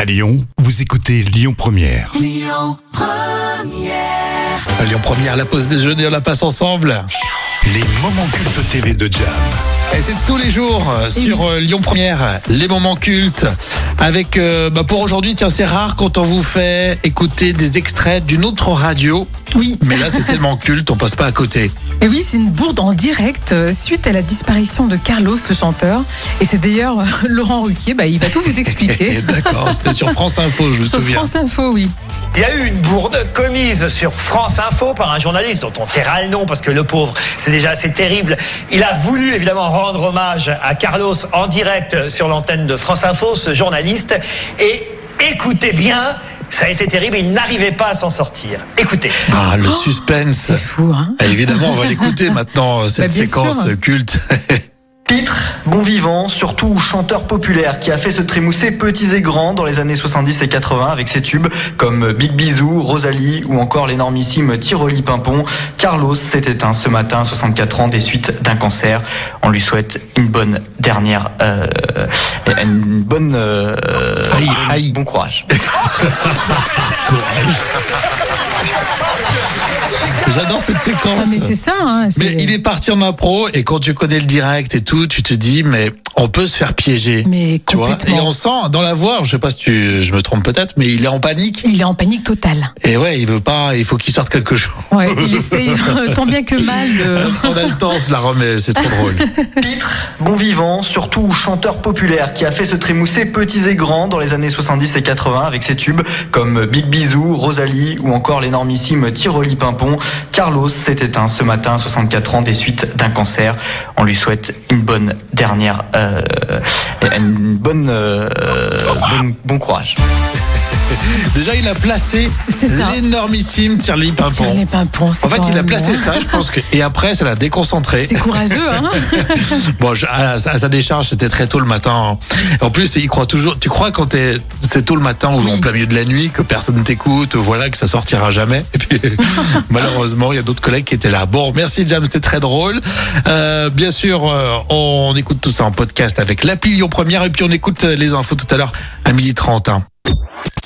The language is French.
À Lyon, vous écoutez Lyon Première. À Lyon Première, la pause déjeuner, on la passe ensemble. Les moments cultes TV de Jam. Et c'est tous les jours euh, sur euh, Lyon Première, les moments cultes. Avec euh, bah, pour aujourd'hui, tiens, c'est rare quand on vous fait écouter des extraits d'une autre radio, Oui, mais là c'est tellement culte, on passe pas à côté. et oui, c'est une bourde en direct euh, suite à la disparition de Carlos, le chanteur. Et c'est d'ailleurs euh, Laurent Ruquier, bah, il va tout vous Et expliquer. D'accord, c'était sur France Info, je me Sur souviens. France Info, oui. Il y a eu une bourde commise sur France Info par un journaliste dont on taira le nom parce que le pauvre, c'est déjà assez terrible. Il a voulu évidemment rendre hommage à Carlos en direct sur l'antenne de France Info, ce journaliste. Et écoutez bien, ça a été terrible, il n'arrivait pas à s'en sortir. Écoutez. Ah, le suspense. C'est fou, hein Et Évidemment, on va l'écouter maintenant, cette bien séquence sûr. culte. Pitre, bon vivant, surtout chanteur populaire qui a fait se trémousser petits et grands dans les années 70 et 80 avec ses tubes comme Big Bisou, Rosalie ou encore l'énormissime Tiroli Pimpon. Carlos s'est éteint ce matin, à 64 ans, des suites d'un cancer. On lui souhaite une bonne dernière, euh, une bonne, euh, Aïe, aïe. bon courage. J'adore cette Ah, séquence. mais c'est ça, hein, c'est- Mais il est parti en impro et quand tu connais le direct et tout, tu te dis mais on peut se faire piéger. Mais tu vois et complètement. on sent dans la voix, je sais pas si tu, je me trompe peut-être, mais il est en panique. euh, Il est en panique totale. Et ouais, il veut pas, il faut qu'il sorte quelque chose. Ouais, il essaye euh, tant bien que mal. euh, On a le temps, cela remet, c'est trop drôle. Pitre, bon vivant, surtout chanteur populaire qui a fait se trémousser petits et grands dans les années 70 et 80 avec ses tubes comme Big Bisou, Rosalie ou encore l'énormissime Tiroli Pimpon. Carlos s'est éteint ce matin à 64 ans des suites d'un cancer. On lui souhaite une bonne dernière, euh, une bonne, euh, bonne- bon courage. Déjà, il a placé C'est ça. l'énormissime Tirli tire les Pimpon. pimpons, c'est En fait, quand il a même, placé hein. ça, je pense que. Et après, ça l'a déconcentré. C'est courageux, hein Bon, je- à, à sa décharge, c'était très tôt le matin. En plus, il croit toujours. Tu crois quand t'es- c'est tôt le matin ou en plein milieu de la nuit que personne ne t'écoute, voilà, que ça sortira jamais. Et puis, malheureusement, il y a d'autres collègues qui étaient là. Bon, merci Jam, c'était très drôle. Euh, bien sûr, euh, on écoute tout ça en podcast avec l'appli Lyon Première et puis on écoute euh, les infos tout à l'heure à 12h30. hein.